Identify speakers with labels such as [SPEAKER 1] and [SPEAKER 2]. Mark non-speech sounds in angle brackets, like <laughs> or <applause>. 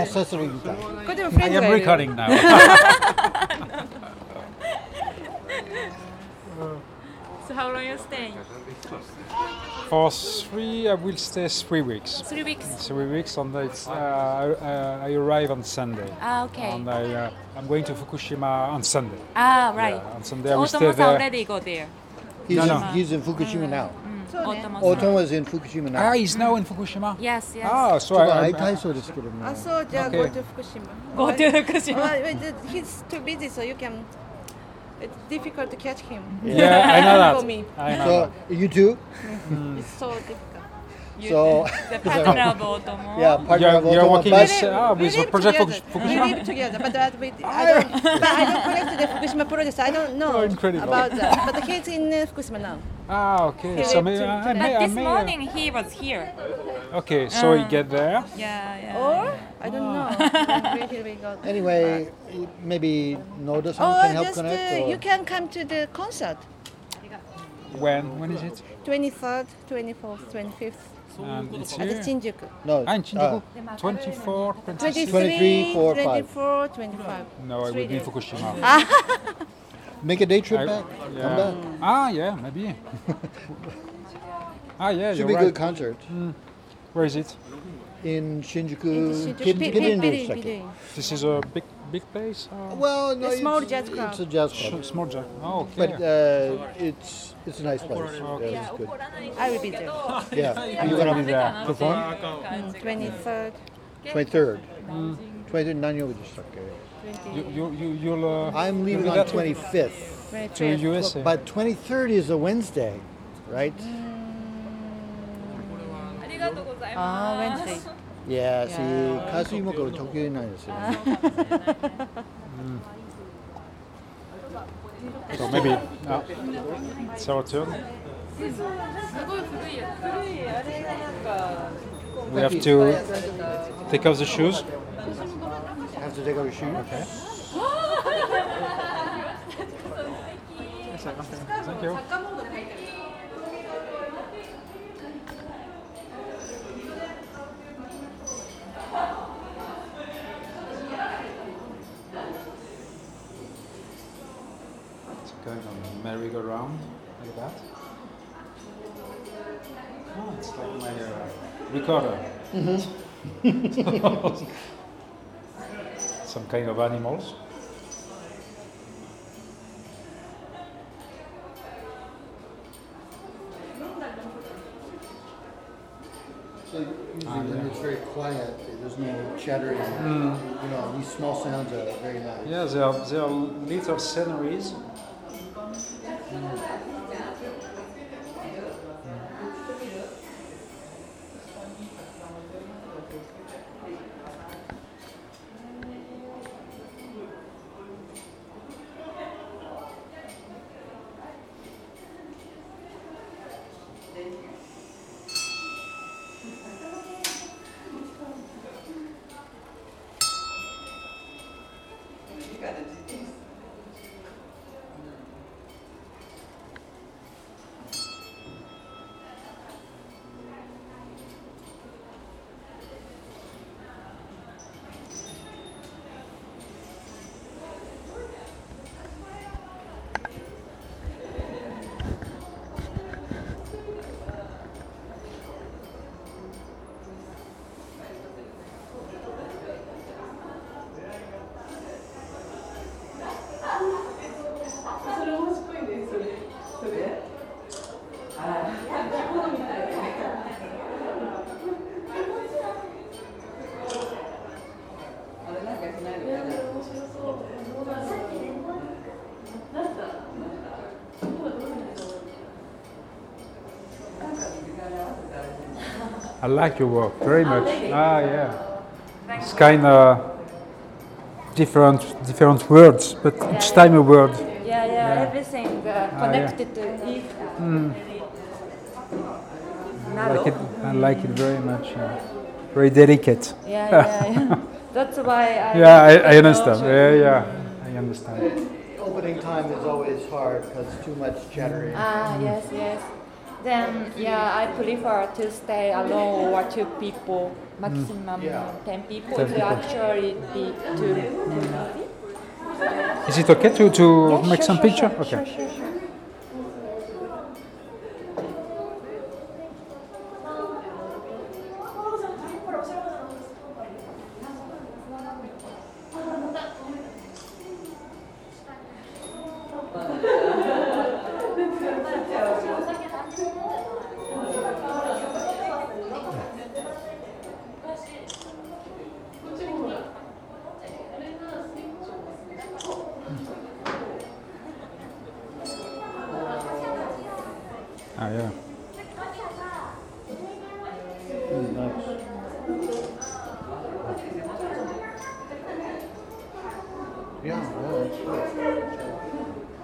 [SPEAKER 1] accessory guitar.
[SPEAKER 2] Could you
[SPEAKER 3] I
[SPEAKER 2] friend
[SPEAKER 3] am
[SPEAKER 2] where you-
[SPEAKER 3] recording now.
[SPEAKER 4] So how long you're staying?
[SPEAKER 3] For three, I will stay three weeks.
[SPEAKER 4] Three weeks.
[SPEAKER 3] Three weeks, and it's, uh, uh, I arrive on Sunday.
[SPEAKER 4] Ah, okay.
[SPEAKER 3] And I, uh, I'm going to Fukushima on Sunday.
[SPEAKER 4] Ah, right.
[SPEAKER 3] Yeah, on Sunday I will
[SPEAKER 4] Otomo
[SPEAKER 3] stay there.
[SPEAKER 4] already go there.
[SPEAKER 1] He's,
[SPEAKER 3] No,
[SPEAKER 1] in,
[SPEAKER 3] no.
[SPEAKER 1] he's in Fukushima now.
[SPEAKER 4] Otomo-san.
[SPEAKER 1] Oton was in Fukushima now.
[SPEAKER 3] Ah, he's now in Fukushima.
[SPEAKER 4] Yes, yes.
[SPEAKER 3] Ah, so I, I,
[SPEAKER 1] I, I saw this kid.
[SPEAKER 2] あ、そう、じゃあ、
[SPEAKER 3] Okay.
[SPEAKER 2] go to Fukushima.
[SPEAKER 4] Go to Fukushima.
[SPEAKER 2] Uh, wait, uh, he's too busy, so you can. It's difficult to catch him.
[SPEAKER 3] yeah, I
[SPEAKER 2] <laughs>
[SPEAKER 3] know that. Mm.
[SPEAKER 2] For me.
[SPEAKER 3] I know
[SPEAKER 1] So you too?
[SPEAKER 2] It's so difficult.
[SPEAKER 4] You-
[SPEAKER 1] So
[SPEAKER 3] <laughs>
[SPEAKER 4] the partner of Otomo.
[SPEAKER 2] Oh.
[SPEAKER 1] yeah,
[SPEAKER 3] that.
[SPEAKER 1] partner
[SPEAKER 3] You're,
[SPEAKER 1] of
[SPEAKER 3] you're
[SPEAKER 1] Oton,
[SPEAKER 3] working
[SPEAKER 1] but-
[SPEAKER 3] as, ah,
[SPEAKER 2] we
[SPEAKER 3] with
[SPEAKER 2] live
[SPEAKER 3] Project
[SPEAKER 2] together.
[SPEAKER 3] Fukush-
[SPEAKER 2] We
[SPEAKER 3] Fukushima.
[SPEAKER 2] live together, but, that we,
[SPEAKER 3] <laughs>
[SPEAKER 2] I don't, but I don't connect to the Fukushima project. so I don't know
[SPEAKER 3] Oh, incredible.
[SPEAKER 2] about that. But he's in uh, Fukushima now.
[SPEAKER 3] Ah, okay.
[SPEAKER 2] We
[SPEAKER 3] So
[SPEAKER 2] live
[SPEAKER 3] may,
[SPEAKER 2] to-
[SPEAKER 3] I
[SPEAKER 2] to-
[SPEAKER 3] may,
[SPEAKER 4] But
[SPEAKER 3] I
[SPEAKER 4] this
[SPEAKER 3] may. uh,
[SPEAKER 4] morning he was here.
[SPEAKER 3] Okay, so we get there.
[SPEAKER 4] Yeah, yeah.
[SPEAKER 3] Oh.
[SPEAKER 2] Or I
[SPEAKER 3] Ah.
[SPEAKER 2] don't
[SPEAKER 3] <laughs>
[SPEAKER 2] know. Where here we go.
[SPEAKER 1] Anyway, maybe Noda
[SPEAKER 2] Or
[SPEAKER 1] can help
[SPEAKER 2] just
[SPEAKER 1] connect.
[SPEAKER 2] uh,
[SPEAKER 1] or-
[SPEAKER 2] you can come to the concert.
[SPEAKER 3] When? When is it?
[SPEAKER 2] 23rd, 24th, 25th
[SPEAKER 3] And it's
[SPEAKER 2] at the
[SPEAKER 3] here.
[SPEAKER 2] Shinjuku.
[SPEAKER 1] no,
[SPEAKER 3] Ah, in Shinjuku.
[SPEAKER 1] uh,
[SPEAKER 3] 24, 26.
[SPEAKER 2] 23,
[SPEAKER 1] 24,
[SPEAKER 2] 24, 25.
[SPEAKER 3] No, I will be in Fukushima.
[SPEAKER 1] make a day trip
[SPEAKER 3] I-
[SPEAKER 1] back.
[SPEAKER 3] yeah.
[SPEAKER 1] Come back.
[SPEAKER 3] Ah, yeah, maybe. ah, yeah,
[SPEAKER 1] Should
[SPEAKER 3] you're
[SPEAKER 1] be a
[SPEAKER 3] right.
[SPEAKER 1] good concert
[SPEAKER 3] Where is it?
[SPEAKER 1] in Shinjuku.
[SPEAKER 2] Shinjuku.
[SPEAKER 1] Kid-
[SPEAKER 2] Pi-
[SPEAKER 1] Kid
[SPEAKER 2] pi-
[SPEAKER 1] India
[SPEAKER 2] pi-
[SPEAKER 1] sector.
[SPEAKER 2] pi-
[SPEAKER 3] This is a big, big place. or-
[SPEAKER 1] Well, no,
[SPEAKER 2] A small
[SPEAKER 1] it's,
[SPEAKER 2] jazz club.
[SPEAKER 1] It's a jazz club,
[SPEAKER 3] Sh- small jack. Oh, okay.
[SPEAKER 1] but uh, it's it's a nice place. Yeah, it's good.
[SPEAKER 2] I will be there.
[SPEAKER 1] Yeah, you're gonna be there. Perform
[SPEAKER 2] 23rd,
[SPEAKER 1] twenty third.
[SPEAKER 2] Mm.
[SPEAKER 1] Twenty nine years okay.
[SPEAKER 3] you, you, you, you'll. Uh,
[SPEAKER 1] I'm leaving
[SPEAKER 3] you'll
[SPEAKER 1] on
[SPEAKER 3] get
[SPEAKER 1] twenty fifth,
[SPEAKER 2] 25th.
[SPEAKER 3] To USA.
[SPEAKER 1] Ah. but twenty third is a Wednesday, right?
[SPEAKER 2] Ah, Wednesday.
[SPEAKER 1] Yeah. See, Kazuyumo Tokyo
[SPEAKER 3] so maybe. Uh, it's our turn. We have to take off the shoes.
[SPEAKER 1] Have to take off your shoes. Okay.
[SPEAKER 3] Thank you. It's a kind of merry-go-round like that. Oh, it's like my uh, recorder. Mm-hmm. <laughs> Some kind of animals.
[SPEAKER 1] So usually when it's very quiet, there's no chattering. You know, these small sounds are very loud.
[SPEAKER 3] Yeah, they are, they are little sceneries. I like your work very
[SPEAKER 4] Oh,
[SPEAKER 3] much. Ah, yeah. It's kind of different, different words, but each time a word.
[SPEAKER 4] Yeah, yeah, everything
[SPEAKER 3] Ah,
[SPEAKER 4] uh, connected to it.
[SPEAKER 3] I Hmm. like it, I like it very much. yeah. Very delicate. <laughs>
[SPEAKER 4] Yeah, yeah, yeah. That's why I.
[SPEAKER 3] Yeah, I, I understand. Yeah, yeah, I understand.
[SPEAKER 1] Opening time is always hard because too much chattering.
[SPEAKER 4] Ah, uh, yes, yes. Then, yeah, I prefer to stay alone or two people. maximum
[SPEAKER 1] Yeah.
[SPEAKER 4] 10 people
[SPEAKER 3] Ten
[SPEAKER 4] to
[SPEAKER 3] people.
[SPEAKER 4] actually be two.
[SPEAKER 3] Is it okay to, to
[SPEAKER 4] Yeah,
[SPEAKER 3] make
[SPEAKER 4] sure,
[SPEAKER 3] some
[SPEAKER 4] sure,
[SPEAKER 3] picture?
[SPEAKER 4] sure,
[SPEAKER 3] okay.
[SPEAKER 4] sure, sure, sure.
[SPEAKER 3] Ah, yeah.
[SPEAKER 1] Nice. Yeah, well, it's-